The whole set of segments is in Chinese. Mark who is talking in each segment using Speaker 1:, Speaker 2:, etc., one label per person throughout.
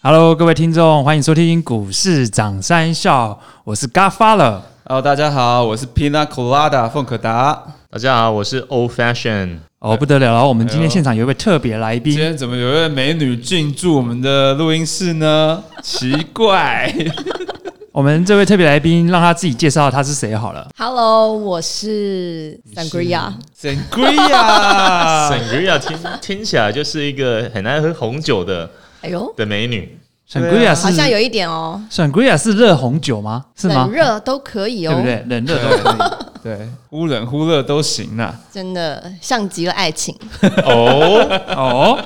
Speaker 1: Hello，各位听众，欢迎收听股市涨三笑，我是 Godfather。
Speaker 2: Hello，大家好，我是 Pina Colada 凤可达。
Speaker 3: 大家好，我是 Old Fashion。
Speaker 1: 哦，不得了
Speaker 3: 哎
Speaker 1: 了！我们今天现场有一位特别来
Speaker 2: 今
Speaker 1: 宾，
Speaker 2: 天怎么有一位美女进驻我们的录音室呢？奇 怪，
Speaker 1: 我们这位特别来宾让他自己介绍他是谁好了。
Speaker 4: Hello，我是 Sangria。
Speaker 2: 真贵呀！
Speaker 3: Sangria 听啊听起来就是一个很爱喝红酒的
Speaker 4: 哎呦，
Speaker 3: 的美女，
Speaker 1: Sangria
Speaker 4: 好像
Speaker 1: 是
Speaker 4: 有一点哦，
Speaker 1: Sangria 是热红酒吗？是吗
Speaker 4: 冷？热都可以哦，
Speaker 1: 对不对？冷热都
Speaker 2: 对对，忽冷忽热都行啊啦。
Speaker 4: 真的像极了爱情。
Speaker 3: 哦，
Speaker 1: 哦，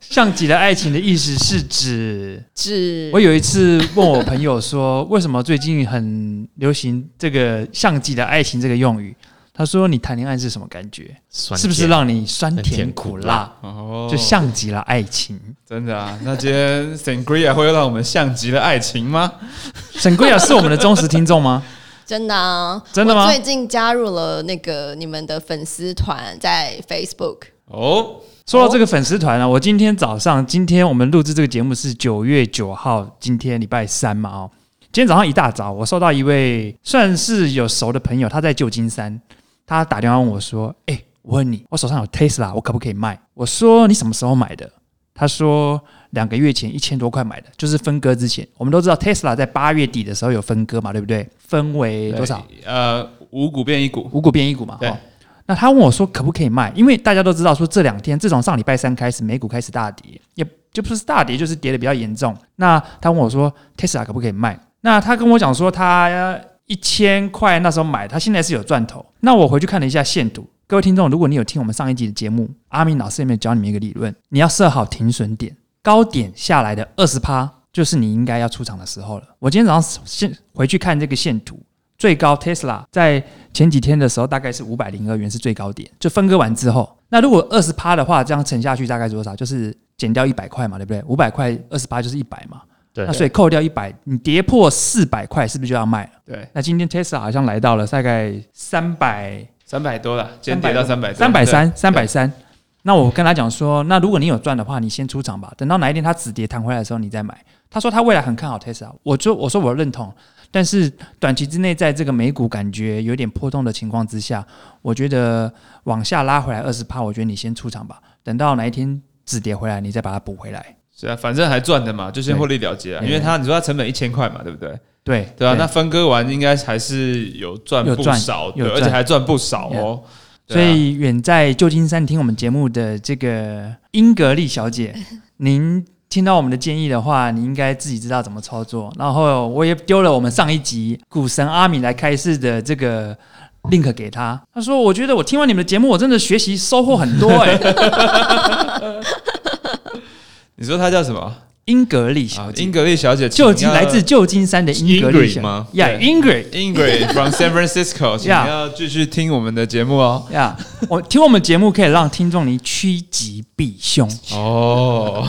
Speaker 1: 像极了爱情的意思是指，
Speaker 4: 指
Speaker 1: 我有一次问我朋友说，为什么最近很流行这个“像极了爱情”这个用语？他说：“你谈恋爱是什么感觉？
Speaker 3: 酸
Speaker 1: 是不是
Speaker 3: 甜
Speaker 1: 让你酸
Speaker 3: 酸
Speaker 1: 甜
Speaker 3: 甜
Speaker 1: 苦
Speaker 3: 苦
Speaker 1: 辣？
Speaker 2: 哦，
Speaker 1: 就像极了爱情。
Speaker 2: 真的啊。那今天 Sangria 会让我们像极了爱情吗？
Speaker 1: 沈贵雅是我们的忠实听众吗？
Speaker 4: 真的啊，
Speaker 1: 真的吗
Speaker 4: 我最近加入了那个你们的粉丝团，在 Facebook。
Speaker 2: 哦，
Speaker 1: 说到这个粉丝团啊，我今天早上，今天我们录制这个节目是九月九号，今天礼拜三嘛，哦，今天早上一大早，我收到一位算是有熟的朋友，他在旧金山，他打电话问我说：“哎、我问你，我手上有 Tesla，我可不可以卖？”我说：“你什么时候买的？”他说：“两个月前一千多块买的，就是分割之前。我们都知道 Tesla 在八月底的时候有分割嘛，对不对？分为多少？？
Speaker 2: 呃，五股变一股。
Speaker 1: 五股变一股嘛。
Speaker 2: 对
Speaker 1: 哦，那他问我说可不可以卖？因为大家都知道说这两天，自从上礼拜三开始，美股开始大跌，也就不是大跌，就是跌的比较严重。那他问我说 Tesla 可不可以卖？那他跟我讲说他一千块那时候买，他现在是有赚头。那我回去看了一下线图。各位听众，如果你有听我们上一集的节目，阿明老师有没有教你们一个理论？你要设好停损点，高点下来的二十趴就是你应该要出场的时候了。我今天早上现回去看这个线图，最高 Tesla 在前几天的时候大概是五百零二元是最高点，就分割完之后，那如果二十趴的话，这样乘下去大概是多少？就是减掉一百块嘛，对不对？五百块二十趴就是一百嘛，
Speaker 3: 对
Speaker 1: 那，所以扣掉一百，你跌破四百块是不是就要卖了？
Speaker 2: 对，
Speaker 1: 那今天 Tesla 好像来到了大概三百
Speaker 2: 三百多了，今天跌到三百，
Speaker 1: 三百三、三百
Speaker 2: 对
Speaker 1: 三。那我跟他讲说，那如果你有赚的话，你先出场吧，等到哪一天它止跌弹回来的时候，你再买。他说他未来很看好 Tesla，我就我说我认同，但是短期之内在这个美股感觉有点波动的情况之下，我觉得往下拉回来二十趴，我觉得你先出场吧，等到哪一天止跌回来，你再把它补回来。
Speaker 2: 是啊，反正还赚的嘛，就先获利了结啊。
Speaker 1: 对
Speaker 2: 因为他你说他成本一千块嘛，对不对？
Speaker 1: 对
Speaker 2: 对啊，那分割完应该还是有赚
Speaker 1: 有
Speaker 2: 不
Speaker 1: 赚
Speaker 2: 少，
Speaker 1: 有
Speaker 2: 对，而且
Speaker 1: 赚
Speaker 2: 还赚不少哦。
Speaker 1: 所
Speaker 2: 对啊
Speaker 1: 以远在旧金山听我们节目的这个英格丽小姐，您听到我们的建议的话，你应该自己知道怎么操作。然后我也丢了我们上一集股神阿米来开示的这个 link 给他，他说：“我觉得我听完你们的节目，我真的学习收获很多、欸。”哎，
Speaker 2: 你说他叫什么啊？
Speaker 1: 英格丽小姐，
Speaker 2: 英格丽小姐，
Speaker 1: 旧
Speaker 2: 请
Speaker 1: 金
Speaker 2: 要
Speaker 1: 来自旧金山的英格丽小
Speaker 3: Ingrid 吗
Speaker 1: 呀
Speaker 2: 对
Speaker 1: ，Ingrid。
Speaker 2: Ingrid from San Francisco，请
Speaker 1: Yeah
Speaker 2: 要继续听我们的节目哦。
Speaker 1: 呀我听我们节目可以让听众你趋吉避凶，
Speaker 2: 哦，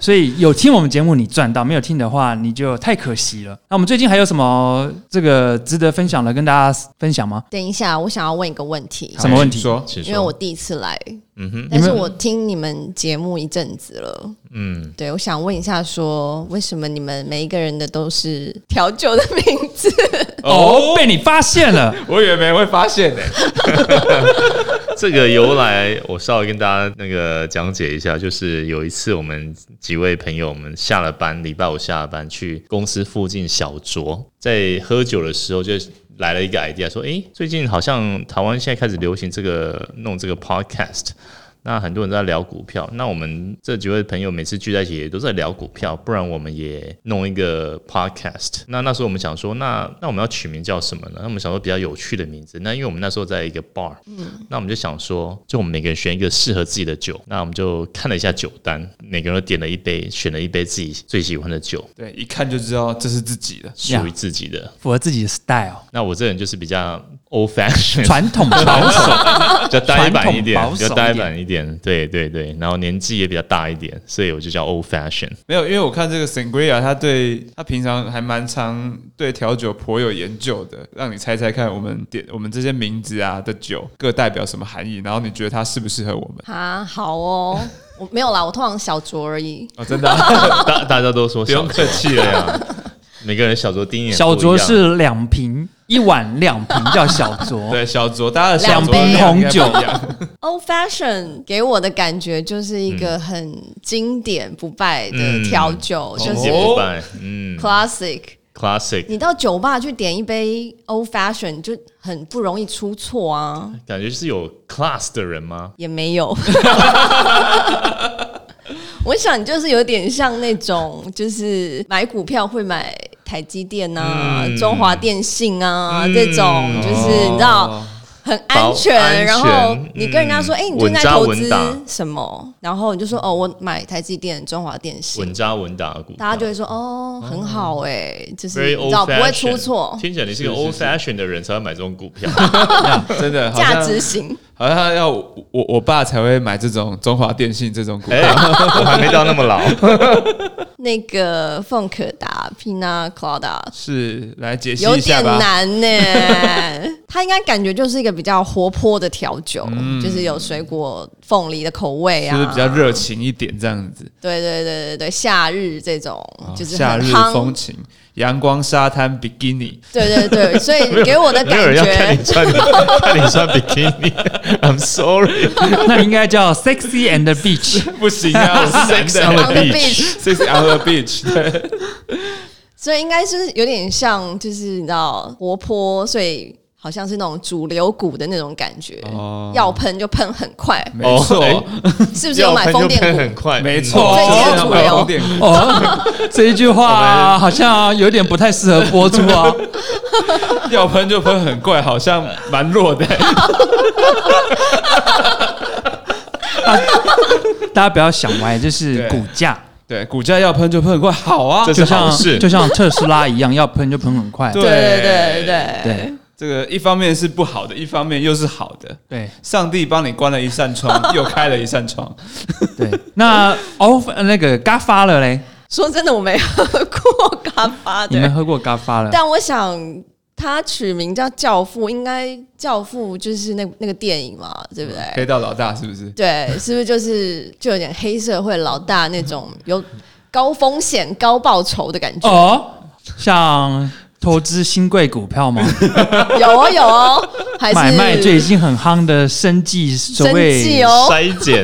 Speaker 1: 所以有听我们节目你赚到，没有听的话你就太可惜了。那我们最近还有什么这个值得分享的跟大家分享吗？
Speaker 4: 等一下，我想要问一个问题，
Speaker 1: 什么问题
Speaker 2: 请说
Speaker 3: 请
Speaker 4: 因为我
Speaker 3: 说，
Speaker 4: 第一次来，
Speaker 3: 嗯哼，
Speaker 4: 但是
Speaker 1: 你们
Speaker 4: 我听你们节目一阵子了。
Speaker 3: 嗯，
Speaker 4: 对，我想问一下说为什么你们每一个人的都是调酒的名字？
Speaker 1: 哦，
Speaker 2: 哦，
Speaker 1: 被你发现了。
Speaker 2: 我以为没人会发现呢。
Speaker 3: 这个由来我稍微跟大家那个讲解一下，就是有一次我们几位朋友，我们下了班，礼拜五下了班去公司附近小酌，在喝酒的时候就。来了一个 idea，说，诶，最近好像台湾现在开始流行这个弄这个 podcast，那很多人都在聊股票，那我们这几位朋友每次聚在一起也都在聊股票，不然我们也弄一个 podcast。那那时候我们想说，那那我们要取名叫什么呢？那我们想说比较有趣的名字。那因为我们那时候在一个 bar，那我们就想说，就我们每个人选一个适合自己的酒。那我们就看了一下酒单，每个人都点了一杯，选了一杯自己最喜欢的酒，
Speaker 2: 对，一看就知道这是自己的。
Speaker 3: 属于自己的。
Speaker 1: 符合自己的 style，
Speaker 3: 那我这人就是比较 old fashion，
Speaker 1: 传统保守。
Speaker 3: 比较呆板
Speaker 1: 传
Speaker 3: 一
Speaker 1: 统
Speaker 3: 点，
Speaker 1: 保
Speaker 3: 比
Speaker 1: 守一点
Speaker 3: 较呆板一点。对对对，然后年纪也比较大一点，所以我就叫 old fashion。
Speaker 2: 没有，因为我看这个 Sangria，他对他平常还蛮常对调酒颇有研究的，让你猜猜看，我们点我们这些名字啊的酒各代表什么含义，然后你觉得它适不适合我们？
Speaker 4: 啊，好哦，我没有啦，我通常小酌而已。
Speaker 2: 哦，真的啊、
Speaker 3: 大大家都说
Speaker 2: 不用
Speaker 3: 小
Speaker 2: 客气了呀。
Speaker 3: 每个人小酌第一眼
Speaker 1: 小
Speaker 3: 不
Speaker 1: 酌
Speaker 3: 一样
Speaker 1: 是两瓶，一碗两瓶叫小酌。
Speaker 2: 对，小酌，大家的小
Speaker 1: 两
Speaker 2: 酌
Speaker 1: 杯
Speaker 2: 量应
Speaker 1: 红
Speaker 2: 该
Speaker 1: 酒
Speaker 2: 不一样
Speaker 4: Old Fashion 给我的感觉就是一个很经典不败的调酒，
Speaker 3: 世
Speaker 4: 就
Speaker 3: 界
Speaker 4: 是
Speaker 2: 哦
Speaker 3: 不败，嗯
Speaker 4: classic。
Speaker 3: ，classic，
Speaker 4: 你到酒吧去点一杯 Old Fashion 就很不容易出错啊，
Speaker 3: 感觉是有 class 的人吗？
Speaker 4: 也没有。 我想就是有点像那种，就是买股票会买台积电啊、
Speaker 3: 嗯
Speaker 4: 中华电信啊、
Speaker 3: 嗯
Speaker 4: 这种，就是你知道。
Speaker 2: 哦
Speaker 4: 很安全，
Speaker 3: 保安全
Speaker 4: 然后你跟人家说：“
Speaker 3: 嗯
Speaker 4: 哎、你最近在投
Speaker 3: 稳
Speaker 4: 资
Speaker 3: 扎稳
Speaker 4: 什么？”然后你就说：“哦，我买台积电、中华电
Speaker 3: 稳
Speaker 4: 信。
Speaker 3: 扎稳打的股”票，
Speaker 4: 大家就会说：“哦，很好哎、就是
Speaker 3: very
Speaker 4: 你知
Speaker 3: old
Speaker 4: 道
Speaker 3: fashion，
Speaker 4: 不会出错，
Speaker 3: 听起来你是个
Speaker 2: 是是
Speaker 3: old
Speaker 2: 是
Speaker 3: fashion 的人才会买这种股 票，
Speaker 2: 真的好像
Speaker 4: 价值型。
Speaker 2: 好像要我我我爸才会买这种中华电信这种股。
Speaker 3: 哎，我还没到那么老，”
Speaker 4: 那个凤可达 Pina Colada
Speaker 2: 是来解析
Speaker 4: 有
Speaker 2: 一下
Speaker 4: 点
Speaker 2: 吧。
Speaker 4: 难呢、 它应该感觉就是一个比较活泼的调酒，
Speaker 3: 嗯
Speaker 4: 就是有水果、凤梨的口味啊，
Speaker 2: 就是比较热情一点这样子，
Speaker 4: 对对对对对，夏日这种、
Speaker 3: 哦
Speaker 4: 就是
Speaker 2: 夏
Speaker 4: 很
Speaker 2: 日
Speaker 4: 夯
Speaker 2: 风情，阳光沙滩比基尼，
Speaker 4: 对对对，所以给我的
Speaker 3: 没有
Speaker 4: 感
Speaker 3: 人要看你
Speaker 4: 觉，
Speaker 3: 穿，看你穿比基 尼，I'm sorry，
Speaker 1: 那你应该叫 Sexy and the Beach。
Speaker 2: 不行 啊，我是
Speaker 3: Sex
Speaker 2: 男
Speaker 3: on
Speaker 2: 的
Speaker 3: the
Speaker 4: on the
Speaker 3: beach
Speaker 2: ，Six Hour Beach，对，
Speaker 4: 所以应该是有点像，就是你知道活泼，所以好像是那种主流股的那种感觉，
Speaker 2: 哦
Speaker 4: 要喷就喷很快，
Speaker 2: 没
Speaker 3: 哦
Speaker 2: 错，
Speaker 3: 哎
Speaker 4: 是不是有买
Speaker 3: 要喷就喷
Speaker 4: 风电
Speaker 3: 很
Speaker 4: 股？
Speaker 3: 快，嗯
Speaker 2: 没
Speaker 4: 哦
Speaker 2: 错，
Speaker 4: 这也是
Speaker 2: 这样
Speaker 4: 主
Speaker 2: 会
Speaker 4: 流
Speaker 2: 有点
Speaker 1: 哦，这一句话好像有点不太适合播出 啊。
Speaker 2: 要喷就喷很快，好像蛮弱 的，
Speaker 1: 大家不要想歪，就是
Speaker 2: 对
Speaker 1: 股价，
Speaker 2: 对，股价要喷就喷很快，好啊
Speaker 3: 这，是
Speaker 1: 就
Speaker 3: 好
Speaker 1: 像
Speaker 3: 事
Speaker 1: 就像特斯拉一样，要喷就喷很快。
Speaker 2: 对
Speaker 4: 对对对对对，
Speaker 1: 对
Speaker 2: 这个一方面是不好的，一方面又是好的，
Speaker 1: 对
Speaker 2: 上帝帮你关了一扇 窗，又开了一扇窗，
Speaker 1: 对， 那 off 那个嘎发了嘞，
Speaker 4: 说真的，我没喝过嘎巴
Speaker 1: 你们
Speaker 4: 的，
Speaker 1: 喝过嘎发了？
Speaker 4: 但我想。他取名叫《教父》，应该《教父》就是那那个电影嘛，对不对？
Speaker 2: 黑道老大是不是？
Speaker 4: 对，是不是就是就有点黑社会老大那种有高风险高报酬的感觉？
Speaker 1: 哦，像投资新贵股票吗？
Speaker 4: 有哦有哦， 还是
Speaker 1: 买卖最近很夯的生技，所
Speaker 4: 生
Speaker 1: 谓
Speaker 4: 气哦，
Speaker 3: 筛检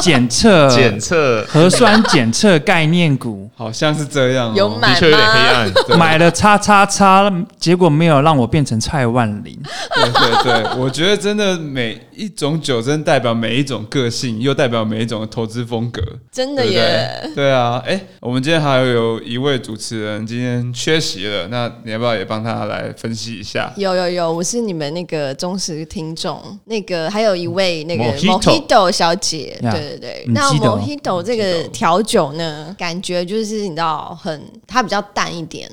Speaker 1: 检测、
Speaker 3: 检测，
Speaker 1: 核酸检测概念股，
Speaker 2: 好像是这样、哦，
Speaker 4: 有买
Speaker 3: 的确有点黑
Speaker 4: 吗？
Speaker 3: 暗，
Speaker 1: 买了叉叉叉，结果没有让我变成蔡万林。
Speaker 2: 对对对， 我觉得真的每一种酒真代表每一种个性，又代表每一种投资风格，
Speaker 4: 真的
Speaker 2: 对不
Speaker 4: 耶！
Speaker 2: 对？对啊，哎，我们今天还有一位主持人今天缺席了，那你要不要也帮他来分析一下？
Speaker 4: 有有有，我是你们那个忠实听众，那个还有一位那个
Speaker 3: Mojito
Speaker 4: Mojito 小姐
Speaker 1: Yeah，
Speaker 4: 对对对。
Speaker 1: 嗯
Speaker 4: 那
Speaker 1: 记得哦
Speaker 4: Mojito 这个调酒呢，感觉就是你知道很，它比较淡一点，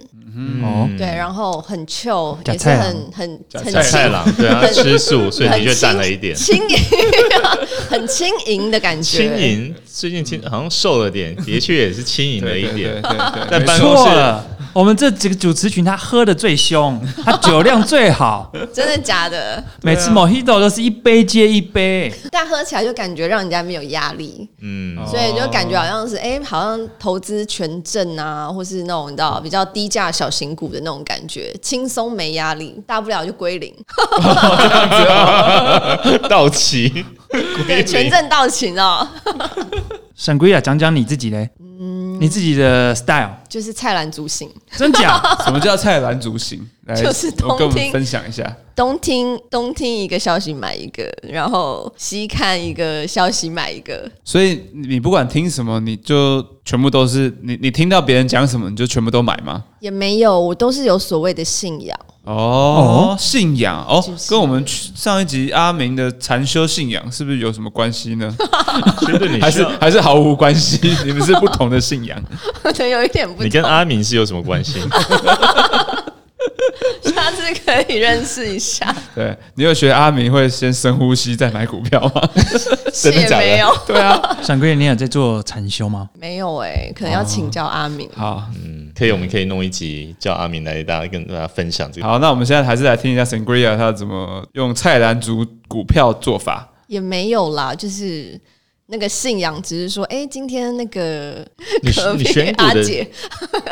Speaker 1: 哦，
Speaker 4: 对，
Speaker 3: 嗯
Speaker 4: 然后很 chill，
Speaker 1: 假
Speaker 4: 也是
Speaker 1: 菜啊
Speaker 4: 很很
Speaker 2: 假
Speaker 4: 很
Speaker 3: 菜
Speaker 4: 轻
Speaker 3: 太郎，对啊，
Speaker 4: 很
Speaker 3: 吃素，所以的
Speaker 4: 很
Speaker 3: 确
Speaker 4: 轻
Speaker 3: 淡了一点。
Speaker 4: 轻盈、 啊，很轻盈的感觉。
Speaker 3: 轻盈，最近轻好像瘦了点，的确也是轻盈了一
Speaker 2: 对
Speaker 3: 点。
Speaker 2: 对对对，
Speaker 3: 在
Speaker 2: 没
Speaker 3: 办公
Speaker 2: 错
Speaker 3: 室
Speaker 1: 错了，我们这几个主持群他喝的最凶，他酒量最好，
Speaker 4: 真的假的？
Speaker 1: 每次 Mojito 都是一杯接一杯。
Speaker 4: 但喝起来就感觉让人家没有压力，
Speaker 3: 嗯，
Speaker 2: 哦
Speaker 4: 所以就感觉好像是哎、诶好像投资权证啊，或是那种你知道比较低价小型股的那种感觉，轻松没压力，大不了就归零，
Speaker 3: 到齐，
Speaker 4: 对，权证到期你知道，
Speaker 1: 沈圭啊，讲讲你自己嘞，你自己的 style，
Speaker 4: 就是菜篮族型，
Speaker 1: 真 假？
Speaker 2: 哦什么叫菜篮族型？来，
Speaker 4: 就是
Speaker 2: 我跟我
Speaker 4: 通
Speaker 2: 们
Speaker 4: 听
Speaker 2: 分享一下。
Speaker 4: 东听东听一个消息买一个，然后西看一个消息买一个，
Speaker 2: 所以你不管听什么，你就全部都是你，你听到别人讲什么，你就全部都买吗？
Speaker 4: 也没有，我都是有所谓的信仰。
Speaker 2: 哦，信仰哦
Speaker 4: 就是，
Speaker 2: 跟我们去上一集阿明的禅修信仰是不是有什么关系呢？
Speaker 3: 觉得你
Speaker 2: 还
Speaker 3: 需
Speaker 2: 是
Speaker 3: 要
Speaker 2: 还是毫无关系？ 你们是不同的信仰。
Speaker 4: 可能有一点不
Speaker 3: 你跟阿明是有什么关系？
Speaker 4: 同，下次可以认识一下，
Speaker 2: 对你有学阿明会先深呼吸再买股票吗？
Speaker 4: 是
Speaker 3: 真的
Speaker 4: 也
Speaker 3: 假的
Speaker 4: 没有，
Speaker 2: 对啊，
Speaker 1: 沈圭，你有在做禅修吗？
Speaker 4: 没有哎、可能要请教阿明。
Speaker 2: 好
Speaker 3: 嗯，可以，我们可以弄一集叫阿明来大家跟大家分享这个。
Speaker 2: 好，那我们现在还是来听一下 Sangria 他怎么用菜篮族股票做法。
Speaker 4: 也没有啦，就是那个信仰，只是说，哎、今天那个
Speaker 3: 你
Speaker 4: 可
Speaker 3: 你
Speaker 4: 以
Speaker 3: 选股
Speaker 4: 阿
Speaker 3: 的
Speaker 4: 姐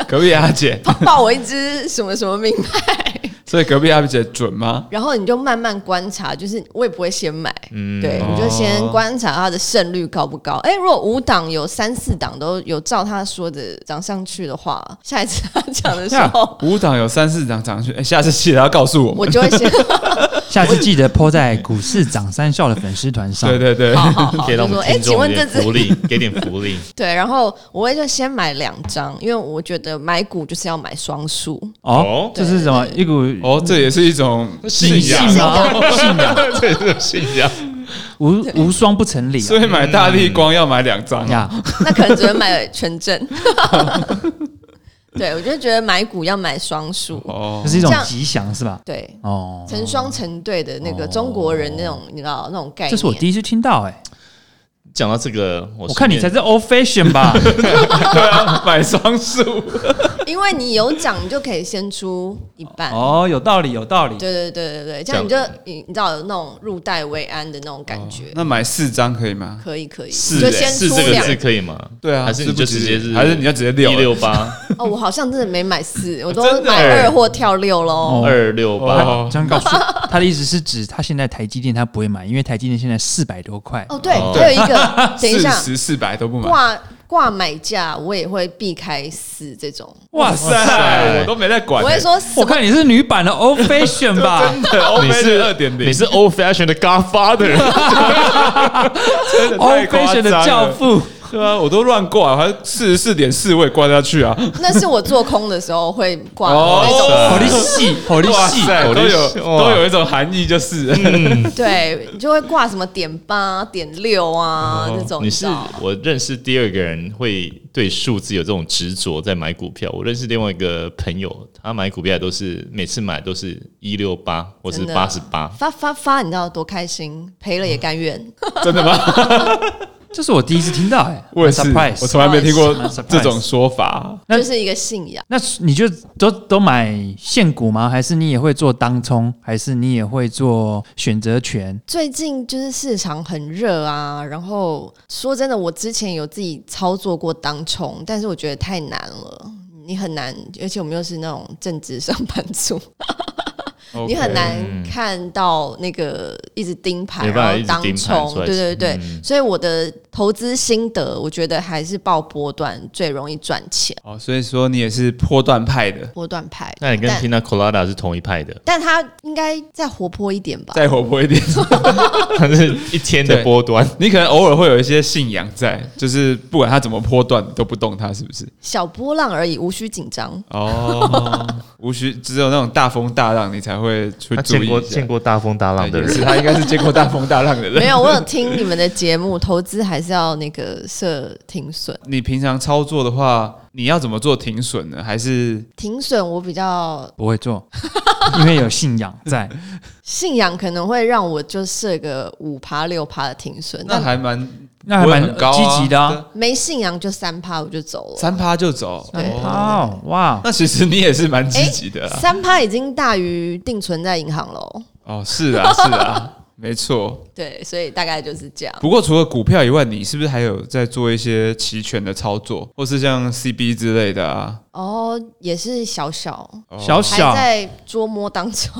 Speaker 2: 隔壁阿 姐，
Speaker 4: 抱我一只什么什么名牌，
Speaker 2: 所以隔壁阿姐准吗？
Speaker 4: 然后你就慢慢观察，就是我也不会先买，
Speaker 3: 嗯
Speaker 4: 对，你就先观察它的胜率高不高。哎、如果五档有三四档都有照他说的涨上去的话，下一次他讲的时
Speaker 2: 呀
Speaker 4: 候，
Speaker 2: 五档有三四档涨上去，哎、下次记得要告诉我们。
Speaker 4: 我就会先
Speaker 1: 下次记得 po 在股市涨三笑的粉丝团上。
Speaker 2: 对对对，
Speaker 4: 好好 好，
Speaker 3: 可以
Speaker 4: 就
Speaker 3: 让我
Speaker 4: 说，
Speaker 3: 们
Speaker 4: 哎、
Speaker 3: 听
Speaker 4: 请
Speaker 3: 众
Speaker 4: 问
Speaker 3: 一
Speaker 4: 这
Speaker 3: 点
Speaker 4: 只
Speaker 3: 福利，给点福 利。
Speaker 4: 对，然后我会就先买两张，因为我觉得买股就是要买双数，
Speaker 1: 哦
Speaker 3: 哦，
Speaker 1: 这是什么？一股
Speaker 2: 哦，这也是一种信
Speaker 3: 信
Speaker 2: 仰，
Speaker 3: 仰
Speaker 1: 吗？信仰
Speaker 3: 这是信仰，
Speaker 1: 无无双不成理啊
Speaker 2: 所以买大力光要买两张、啊。
Speaker 1: 呀！
Speaker 4: 那可能只能买全正。 对，我就觉得买股要买双数，
Speaker 2: 哦
Speaker 1: 这，是一种
Speaker 4: 这样
Speaker 1: 吉祥是吧？
Speaker 4: 对，
Speaker 1: 哦，
Speaker 4: 成双成对的那个中国人那种，你知道那种概念。
Speaker 1: 这是我第一次听到哎，
Speaker 3: 讲到这个，我
Speaker 1: 我看你才
Speaker 3: 顺便
Speaker 1: 是 old fashion 吧？
Speaker 2: 对啊，买双数。
Speaker 4: 因为你有涨，你就可以先出一半。
Speaker 1: 哦，有道理，有道理。
Speaker 4: 对对对对对，这样你就你你知道有那种入袋为安的那种感觉，
Speaker 2: 那买四张可以吗？
Speaker 4: 可以可以，
Speaker 2: 哦是
Speaker 4: 你就
Speaker 2: 欸
Speaker 4: 先
Speaker 3: 是
Speaker 4: 出
Speaker 3: 这个
Speaker 4: 两
Speaker 3: 字可以吗？
Speaker 2: 对啊，
Speaker 3: 还是你就直接
Speaker 2: 是不
Speaker 3: 是，
Speaker 2: 是还是你要啊直接六
Speaker 3: 一六八
Speaker 4: 哦，我好像真的没买四，我都
Speaker 2: 真的
Speaker 4: 买
Speaker 2: 欸
Speaker 4: 二或跳六喽。
Speaker 1: 哦
Speaker 3: 二六八？
Speaker 2: 哦
Speaker 1: 这样告诉他的意思是指他现在台积电他不会买，因为台积电现在四百多块。
Speaker 4: 哦，对，
Speaker 3: 哦
Speaker 4: 还有一 个，等一
Speaker 2: 四
Speaker 4: 下，
Speaker 2: 十四百都不买。
Speaker 4: 挂挂买价，我也会避开四这种。
Speaker 2: 哇
Speaker 3: 哇塞
Speaker 2: 塞，我都没在管、
Speaker 4: 我会说什
Speaker 1: 我
Speaker 4: 么？
Speaker 1: 看你是女版的 old fashion 吧？
Speaker 2: 对欧
Speaker 3: 你
Speaker 2: 美
Speaker 3: 是
Speaker 2: 是二点零，
Speaker 3: 你是 old fashion 的 Godfather，
Speaker 2: 真的
Speaker 1: old
Speaker 2: 太夸
Speaker 1: 哦 fashion
Speaker 2: 张
Speaker 1: 的
Speaker 2: 了
Speaker 1: 教。父。
Speaker 2: 对啊，我都乱挂，还四十四点四我也挂下去啊。
Speaker 4: 那是我做空的时候会挂
Speaker 2: 哦
Speaker 4: 那种。
Speaker 1: 好利系，好利
Speaker 2: 哇
Speaker 1: 系，
Speaker 2: 塞，
Speaker 3: 我
Speaker 2: 都
Speaker 3: 的
Speaker 2: 有
Speaker 3: 哇嗯
Speaker 2: 都有一种含义，就是了
Speaker 4: 对，你就会挂什么点八、点六啊
Speaker 2: 哦
Speaker 4: 这种。
Speaker 3: 你
Speaker 4: 你
Speaker 3: 是
Speaker 4: 知道
Speaker 3: 我认识第二个人会对数字有这种执着，在买股票。我认识另外一个朋友，他买股票都是每次买都是一六八或是
Speaker 4: 真的
Speaker 3: 八十八，
Speaker 4: 发发发，你知道多开心，赔了也甘愿。
Speaker 2: 真的吗？
Speaker 1: 这是我第一次听到哎，
Speaker 2: 我也是，
Speaker 1: 很
Speaker 2: 我
Speaker 1: surprise。
Speaker 2: 从来没听过
Speaker 1: 蛮 surprise
Speaker 2: 这种说法。
Speaker 1: 那
Speaker 4: 就是一个信仰。
Speaker 1: 那你就都都买现股吗？还是你也会做当冲？还是你也会做选择权？
Speaker 4: 最近就是市场很热啊，然后说真的，我之前有自己操作过当冲，但是我觉得太难了，你很难，而且我们又是那种正职上班族，你很难看到那个一直盯盘，
Speaker 3: 没办法
Speaker 4: 然后当
Speaker 3: 一直盯盘
Speaker 4: 冲
Speaker 3: 出，来
Speaker 4: 对对对，
Speaker 3: 嗯
Speaker 4: 所以我的投资心得，我觉得还是报波段最容易赚钱，
Speaker 2: 哦，所以说你也是波段派的，
Speaker 4: 波段派。
Speaker 3: 那你跟
Speaker 4: 但
Speaker 3: Tina Colada 是同一派的，
Speaker 4: 但它应该再活泼一点吧？
Speaker 2: 再活泼一点。
Speaker 3: 他是一天的
Speaker 2: 对
Speaker 3: 波段。
Speaker 2: 你可能偶尔会有一些信仰在，就是不管它怎么波段，你都不动它，是不是？
Speaker 4: 小波浪而已，无需紧 张。
Speaker 2: 哦，无需只有那种大风大浪，你才会去
Speaker 3: 他
Speaker 2: 注
Speaker 3: 见
Speaker 2: 意
Speaker 3: 过
Speaker 2: 一下
Speaker 3: 见。过大风大浪
Speaker 2: 对
Speaker 3: 的
Speaker 2: 也
Speaker 3: 人，
Speaker 2: 是他应该是见过大风大浪 的人。
Speaker 4: 没有，我有听你们的节目，投资还是要那个设停损。
Speaker 2: 你平常操作的话，你要怎么做停损呢？还是
Speaker 4: 停损我比较
Speaker 1: 不会做， 因为有信仰在。
Speaker 4: 信仰，可能会让我就设个五趴六趴的停损，
Speaker 2: 那
Speaker 4: 但
Speaker 2: 还蛮
Speaker 1: 那还蛮
Speaker 2: 不会很高啊
Speaker 1: 积极的啊
Speaker 2: 对
Speaker 4: 没信仰就三趴我就走了。
Speaker 2: 三趴就走。
Speaker 4: 对
Speaker 2: 哦
Speaker 1: 哦，哇，
Speaker 2: 那其实你也是蛮积极的啊。
Speaker 4: 三趴已经大于定存在银行喽，
Speaker 3: 哎
Speaker 2: 哦，是啊，是啊， 没错。
Speaker 4: 对，所以大概就是这样。
Speaker 2: 不过除了股票以外，你是不是还有在做一些期权的操作，或是像 CB 之类的啊？
Speaker 4: 哦，也是小小，
Speaker 1: 小
Speaker 4: 还
Speaker 1: 小
Speaker 4: 在捉摸当 中，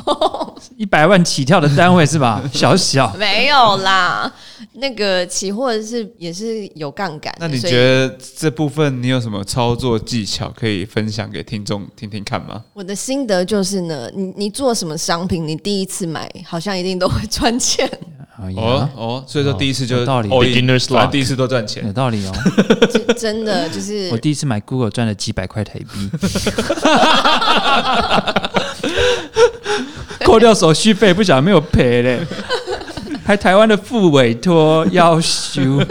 Speaker 1: 一百万起跳的单位是吧？小小
Speaker 4: 没有啦。那个期货是也是有杠杆
Speaker 2: 那
Speaker 4: 的，
Speaker 2: 你
Speaker 4: 所以
Speaker 2: 觉得这部分你有什么操作技巧可以分享给听众听听看吗？
Speaker 4: 我的心得就是呢，你你做什么商品，你第一次买好像一定都会赚钱。
Speaker 1: 哎
Speaker 2: 哦
Speaker 1: 呀，
Speaker 2: 哦，所以说第一次就
Speaker 1: 有道理
Speaker 2: all in，
Speaker 3: Beginner's
Speaker 2: 反正
Speaker 3: luck
Speaker 2: 第一次都赚
Speaker 1: 有
Speaker 2: 钱。
Speaker 1: 道理哦。
Speaker 4: 真真的就是
Speaker 1: 我第一次买 Google 赚了几百块台币，扣掉手续费，不晓得没有赔嘞，还台湾的副委托要修。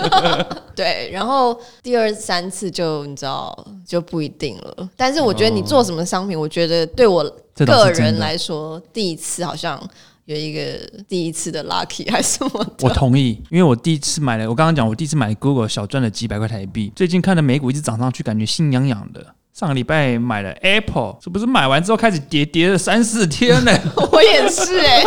Speaker 4: 对，然后第二三次就你知道就不一定了。但是我觉得你做什么商品，我觉得对我
Speaker 1: 这倒
Speaker 4: 个
Speaker 1: 是真的
Speaker 4: 人来说，第一次好像有一个第一次的 lucky 还是什么
Speaker 1: 我
Speaker 4: 的。
Speaker 1: 同意，因为我第一次买了，我刚刚讲我第一次买 Google 小赚了几百块台币，最近看的美股一直涨上去，感觉心痒痒的。上个礼拜买了 Apple，这不
Speaker 4: 欸
Speaker 1: 是买完之后开始跌，跌了三四天呢、
Speaker 4: 我也是哎、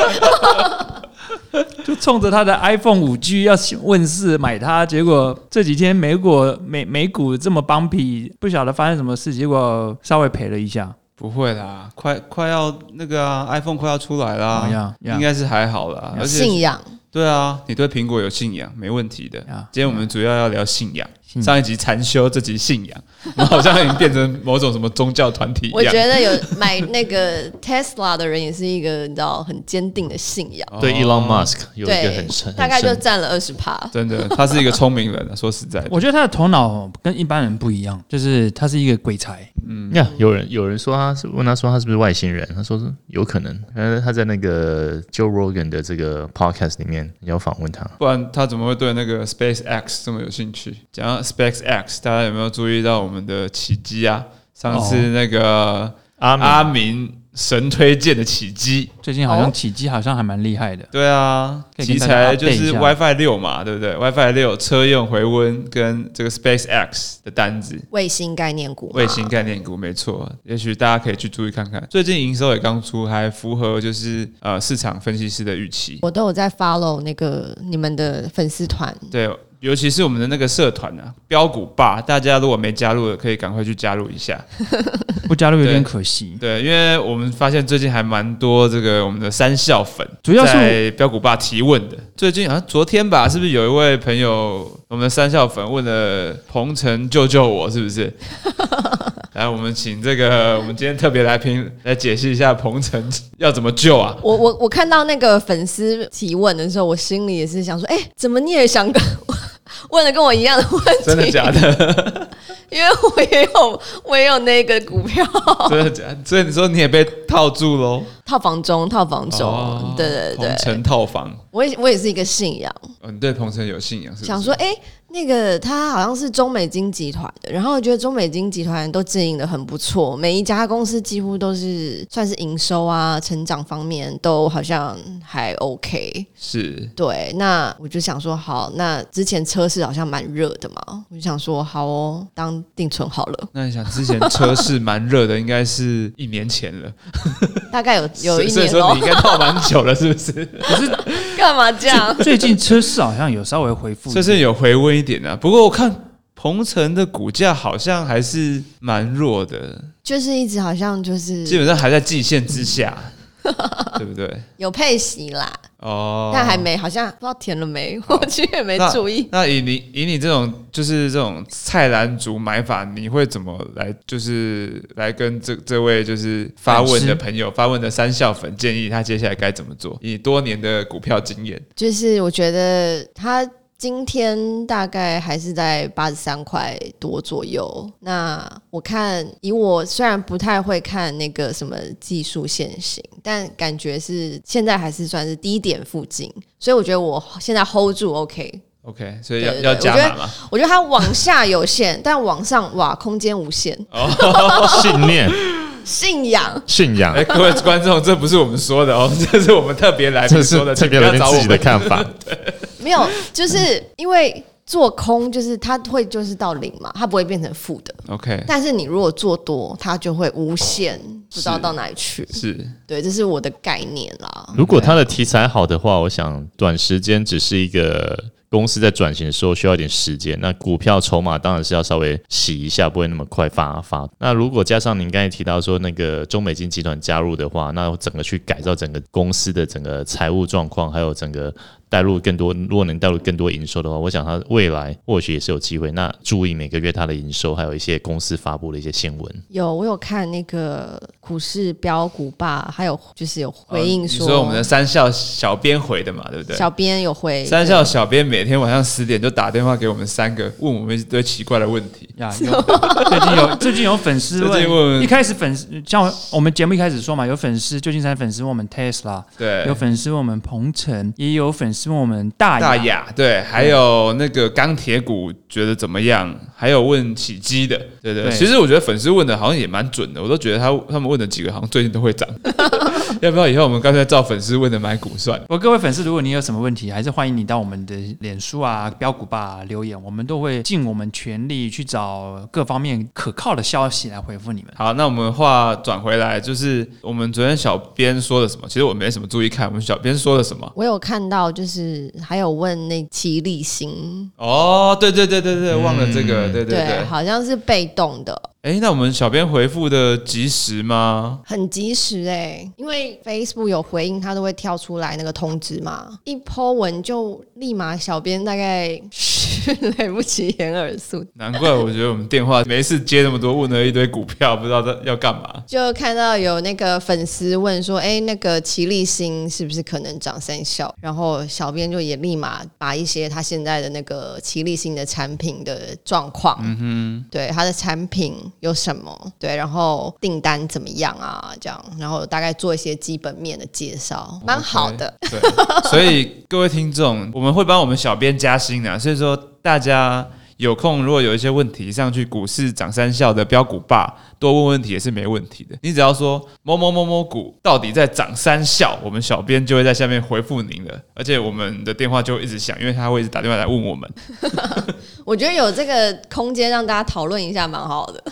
Speaker 1: 就冲着它的 iPhone 五 G 要问世买它，结果这几天美股美美股这么帮比，不晓得发生什么事，结果稍微赔了一下。
Speaker 2: 不会啦，快快要那个啊，iPhone 快要出来啦
Speaker 1: 哦呀呀
Speaker 2: 应该是还好啦。而且
Speaker 4: 信仰
Speaker 2: 对啊，你对苹果有信仰，没问题的
Speaker 1: 呀。
Speaker 2: 今天我们主要要聊信仰，
Speaker 1: 信仰
Speaker 2: 上一集禅修，这集信仰， 我们好像已经变成某种什么宗教团体一
Speaker 4: 我
Speaker 2: 样。
Speaker 4: 觉得有买那个 Tesla 的人也是一个你知道很坚定的信仰，
Speaker 3: 对
Speaker 2: 哦
Speaker 3: Elon Musk 有一个
Speaker 4: 对
Speaker 3: 很深，，
Speaker 4: 大概
Speaker 3: 很
Speaker 4: 就
Speaker 3: 深
Speaker 4: 占了二十趴。
Speaker 2: 真的，他是一个聪明人啊，说实在的，
Speaker 1: 我觉得他的头脑跟一般人不一样，就是他是一个鬼才。
Speaker 2: 嗯
Speaker 3: 呀有人有人说他是问他说他是不是外星人，他说是有可能。呃，他在那个 Joe Rogan 的这个 podcast 里面有访问他，
Speaker 2: 不然他怎么会对那个 Space X 这么有兴趣？讲到 Space X，大家有没有注意到我们的奇迹啊？上次
Speaker 1: 哦
Speaker 2: 那个
Speaker 3: 阿明
Speaker 2: 阿明神推荐的奇迹，
Speaker 1: 最近好像
Speaker 4: 哦
Speaker 1: 起机好像还蛮厉害的。
Speaker 2: 对啊，
Speaker 1: 可以
Speaker 2: 题
Speaker 1: 跟大家
Speaker 2: 材就
Speaker 1: update 一
Speaker 2: 是
Speaker 1: 下
Speaker 2: WiFi 六嘛，对不对？WiFi 六车用回温跟这个 Space X 的单子，
Speaker 4: 卫星概念股嘛，
Speaker 2: 卫星概念股，没错，也许大家可以去注意看看。最近营收也刚出，还符合就是呃市场分析师的预期。
Speaker 4: 我都有在 follow 那个你们的粉丝团，
Speaker 2: 对，尤其是我们的那个社团啊，标股吧，大家如果没加入的，可以赶快去加入一下。
Speaker 1: 不加入有点
Speaker 2: 对
Speaker 1: 可惜。
Speaker 2: 对，因为我们发现最近还蛮多这个我们的三校粉，
Speaker 1: 主要是
Speaker 2: 在标股吧提问的。最近好像昨天吧，是不是有一位朋友，我们的三校粉问了鹏程救救我，是不是？来，我们请这个我们今天特别来宾来解析一下鹏程要怎么救啊？
Speaker 4: 我我我看到那个粉丝提问的时候，我心里也是想说，哎、怎么你也想跟问了跟我一样的问题？
Speaker 2: 真的假？的？
Speaker 4: 因为我也有我也有那个股票，
Speaker 2: 真的假的？所以你说你也被套住喽？
Speaker 4: 套房中，套房中，
Speaker 2: 哦
Speaker 4: 对对
Speaker 2: 鹏
Speaker 4: 对，
Speaker 2: 程套房。
Speaker 4: 我也我也是一个信仰，
Speaker 2: 哦，你对鹏程有信仰是不是？
Speaker 4: 想说，哎、那个他好像是中美金集团的，然后觉得中美金集团都经营的很不错，每一家公司几乎都是算是营收啊、成长方面都好像还 OK。
Speaker 2: 是
Speaker 4: 对，那我就想说，好，那之前车市好像蛮热的嘛，我就想说，好哦，当定存好了，
Speaker 2: 那你想，之前车市蛮热的，应 该是一年前了，
Speaker 4: 大概有有一
Speaker 2: 所以所
Speaker 4: 年哦
Speaker 2: 以说
Speaker 4: 咯
Speaker 2: 你，应该套蛮久了，是不是？
Speaker 4: 干嘛这样？
Speaker 1: 最近车市好像有稍微恢复，
Speaker 2: 就是有回温一点啊。不过我看鹏程的股价好像还是蛮弱的，
Speaker 4: 就是一直好像就
Speaker 2: 基
Speaker 4: 是
Speaker 2: 本上还在季线之下， 对不对？
Speaker 4: 有配息啦，
Speaker 2: 哦，
Speaker 4: 但还没，好像不知道填了没， 我其实也没
Speaker 2: 那
Speaker 4: 注意。
Speaker 2: 那以你以你这种就是这种菜篮族买法，你会怎么来？就是来跟这这位就是发问的朋友、发问的三校粉建议他接下来该怎么做？以多年的股票经验，
Speaker 4: 就是我觉得它今天大概还是在八十三块多左右。那我看，以我虽然不太会看那个什么技术线型，但感觉是现在还是算是低点附近，所以我觉得我现在 hold 住 OK。
Speaker 2: OK，所以要
Speaker 4: 对对对
Speaker 2: 要加码嘛？
Speaker 4: 我觉得它往下有限，但往上哇，空间无限。
Speaker 2: 哦
Speaker 3: 信念
Speaker 4: 信仰
Speaker 3: 信仰
Speaker 2: 哎、，各位观众，这不是我们说的哦， 这是我们啊特别 来
Speaker 3: 这
Speaker 2: 宾
Speaker 3: 是
Speaker 2: 说的，
Speaker 3: 特别
Speaker 2: 请
Speaker 3: 来
Speaker 2: 不
Speaker 3: 宾
Speaker 2: 要找
Speaker 3: 自
Speaker 2: 我
Speaker 3: 己的
Speaker 2: 们。
Speaker 3: 看法。
Speaker 4: 没有，就是因为做空，就是它会就是到零嘛，它不会变成负的。
Speaker 2: OK，
Speaker 4: 但是你如果做多，它就会无限不知道到哪里去。
Speaker 2: 是
Speaker 4: 对，这是我的概念啦。
Speaker 3: 如果它的题材好的话，我想短时间只是一个公司在转型的时候需要一点时间。那股票筹码当然是要稍微洗一下，不会那么快发发。那如果加上您刚才提到说那个中美金集团加入的话，那我整个去改造整个公司的整个财务状况，还有整个。带入更多，如果能带入更多营收的话，我想它未来或许也是有机会。那注意每个月它的营收，还有一些公司发布的一些新闻。
Speaker 4: 有我有看那个股市标股吧，还有就是有回应
Speaker 2: 哦
Speaker 4: 说，
Speaker 2: 你说我们的三校小编回的嘛，对不对？
Speaker 4: 小编有回
Speaker 2: 三校小编每天晚上十点就打电话给我们三个，问我们一堆奇怪的问题。
Speaker 1: 呀，有最近有最近有粉丝
Speaker 2: 最近问
Speaker 1: 问，一开始粉丝像我我们节目一开始说嘛，有粉丝旧金山粉丝问我们 Tesla，
Speaker 2: 对
Speaker 1: 有，粉丝问我们鹏程，也有粉是问我们大
Speaker 2: 大
Speaker 1: 雅，
Speaker 2: 雅对，还有那个钢铁股觉得怎么样？还有问起基的，对对
Speaker 1: 对
Speaker 2: 其实我觉得粉丝问的好像也蛮准的，我都觉得他他们问的几个好像最近都会 涨。要不要以后我们干脆照粉丝问的买股算了？
Speaker 1: 我各位粉丝，如果你有什么问题，还是欢迎你到我们的脸书啊、标股吧、留言，我们都会尽我们全力去找各方面可靠的消息来回复你们。
Speaker 2: 好，那我们话转回来，就是我们昨天小编说的什么？其实我没什么注意看，我们小编说的什么？
Speaker 4: 我有看到，就是还有问那齐立新，
Speaker 2: 哦，对对对对对，忘了这个，对对嗯对。
Speaker 4: 好像是被动的，
Speaker 2: 哎、那我们小编回复的及时吗？
Speaker 4: 很及时哎、因为 Facebook 有回应，它都会跳出来那个通知嘛，一 po 文就立马小编大概是 来不及掩耳肃
Speaker 2: 难怪我觉得我们电话没事接那么多，问了一堆股票，不知道在要干嘛。
Speaker 4: 就看到有那个粉丝问说：“哎、那个齐立新是不是可能长三效？”然后小编就也立马把一些他现在的那个齐立新的产品的状况，嗯哼，对他的产品有什么，对，然后订单怎么样啊，这样，然后大概做一些基本面的介绍，蛮好的。
Speaker 2: 对，所以各位听众，我们会帮我们小编加薪的、啊所以说大家有空，如果有一些问题上去股市涨三笑的标股霸多问问题也是没问题的。你只要说某某某某股到底在涨三笑，我们小编就会在下面回复您了，而且我们的电话就会一直响，因为他会一直打电话来问我们。
Speaker 4: 我觉得有这个空间让大家讨论一下，蛮好的，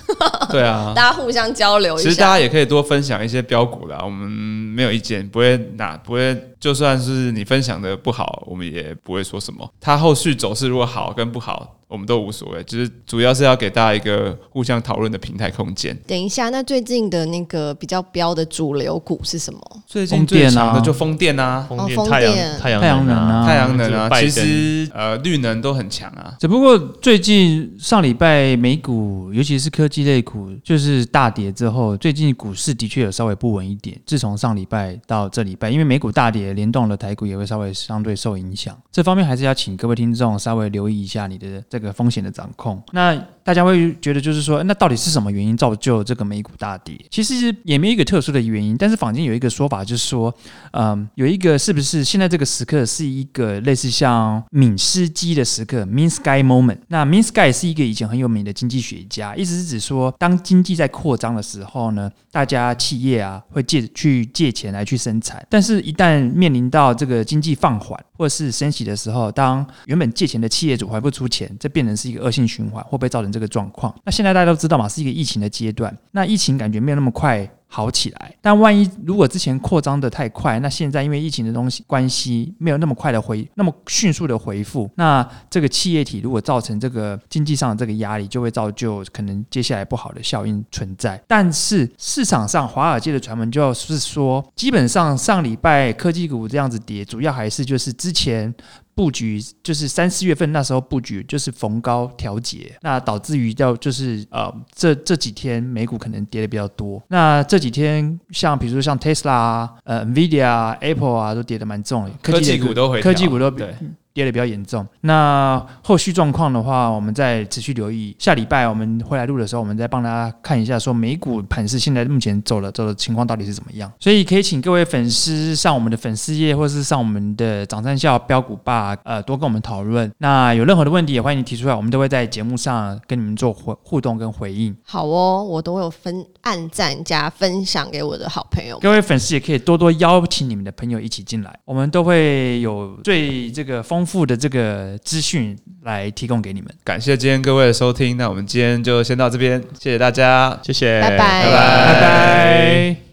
Speaker 2: 对啊。
Speaker 4: 大家互相交流
Speaker 2: 其
Speaker 4: 一
Speaker 2: 实大
Speaker 4: 下。
Speaker 2: 家也可以多分享一些标股啦，我们没有意见，不会拿，不会，就算是你分享的不好，我们也不会说什么。它后续走势如果好跟不好，我们都无所谓，就是主要是要给大家一个互相讨论的平台空间。
Speaker 4: 等一下，那最近的那个比较标的主流股是什么？
Speaker 2: 最
Speaker 1: 风
Speaker 2: 近
Speaker 1: 电
Speaker 2: 最
Speaker 1: 啊
Speaker 2: 强的就风电啊，
Speaker 3: 风
Speaker 4: 哦
Speaker 3: 电、
Speaker 4: 风
Speaker 3: 太
Speaker 4: 电
Speaker 3: 阳、太阳
Speaker 1: 太阳能
Speaker 3: 啊，
Speaker 1: 啊
Speaker 2: 太阳能
Speaker 3: 这
Speaker 2: 啊
Speaker 3: 个，拜
Speaker 2: 其
Speaker 3: 登
Speaker 2: 实呃绿能都很强啊。
Speaker 1: 只不过最近上礼拜美股，尤其是科技类股，就是大跌之后，最近股市的确有稍微不稳一点。自从上礼拜到这礼拜，因为美股大跌，联动的台股也会稍微相对受影响。这方面还是要请各位听众稍微留意一下你的这个风险的掌控。那大家会觉得就是说，那到底是什么原因造就这个美股大跌？其实也没有一个特殊的原因，但是坊间有一个说法，就是说嗯，有一个是不是现在这个时刻是一个类似像敏斯基的时刻 （Min Sky Moment）？那 Min Sky 是一个以前很有名的经济学家，意思是指说，当经济在扩张的时候呢，大家企业啊会借去借钱来去生产，但是一旦面临到这个经济放缓或是升息的时候，当原本借钱的企业主还不出钱，这变成是一个恶性循环，会不会造成这个状况？那现在大家都知道嘛，是一个疫情的阶段，那疫情感觉没有那么快好起来。但万一如果之前扩张的太快，那现在因为疫情的东西关系，没有那么快的回，那么迅速的回复，那这个企业体如果造成这个经济上的这个压力，就会造就可能接下来不好的效应存在。但是市场上华尔街的传闻就是说，基本上上礼拜科技股这样子跌，主要还是就是之前布局就是三四月份那时候布局就是逢高调节，那导致于到就是呃这这几天美股可能跌的比较多。那这几天像比如说像 Tesla 啊、呃 Nvidia 啊、Apple 啊都跌的蛮重的，
Speaker 2: 科技
Speaker 1: 类
Speaker 2: 股都回调，
Speaker 1: 科技股都比
Speaker 2: 对，
Speaker 1: 跌的比较严重。那后续状况的话，我们再持续留意。下礼拜我们回来录的时候，我们再帮大家看一下，说美股盘势现在目前走了走的情况到底是怎么样。所以可以请各位粉丝上我们的粉丝页，或是上我们的长三校标股吧，呃，多跟我们讨论。那有任何的问题，也欢迎你提出来，我们都会在节目上跟你们做互互动跟回应。
Speaker 4: 好哦，我都有分按赞加分享给我的好朋友们。
Speaker 1: 各位粉丝也可以多多邀请你们的朋友一起进来，我们都会有最这个丰富的这个资讯来提供给你们。
Speaker 2: 感谢今天各位的收听，那我们今天就先到这边，谢谢大家，
Speaker 3: 谢谢，
Speaker 4: 拜拜
Speaker 2: 拜拜
Speaker 1: 拜拜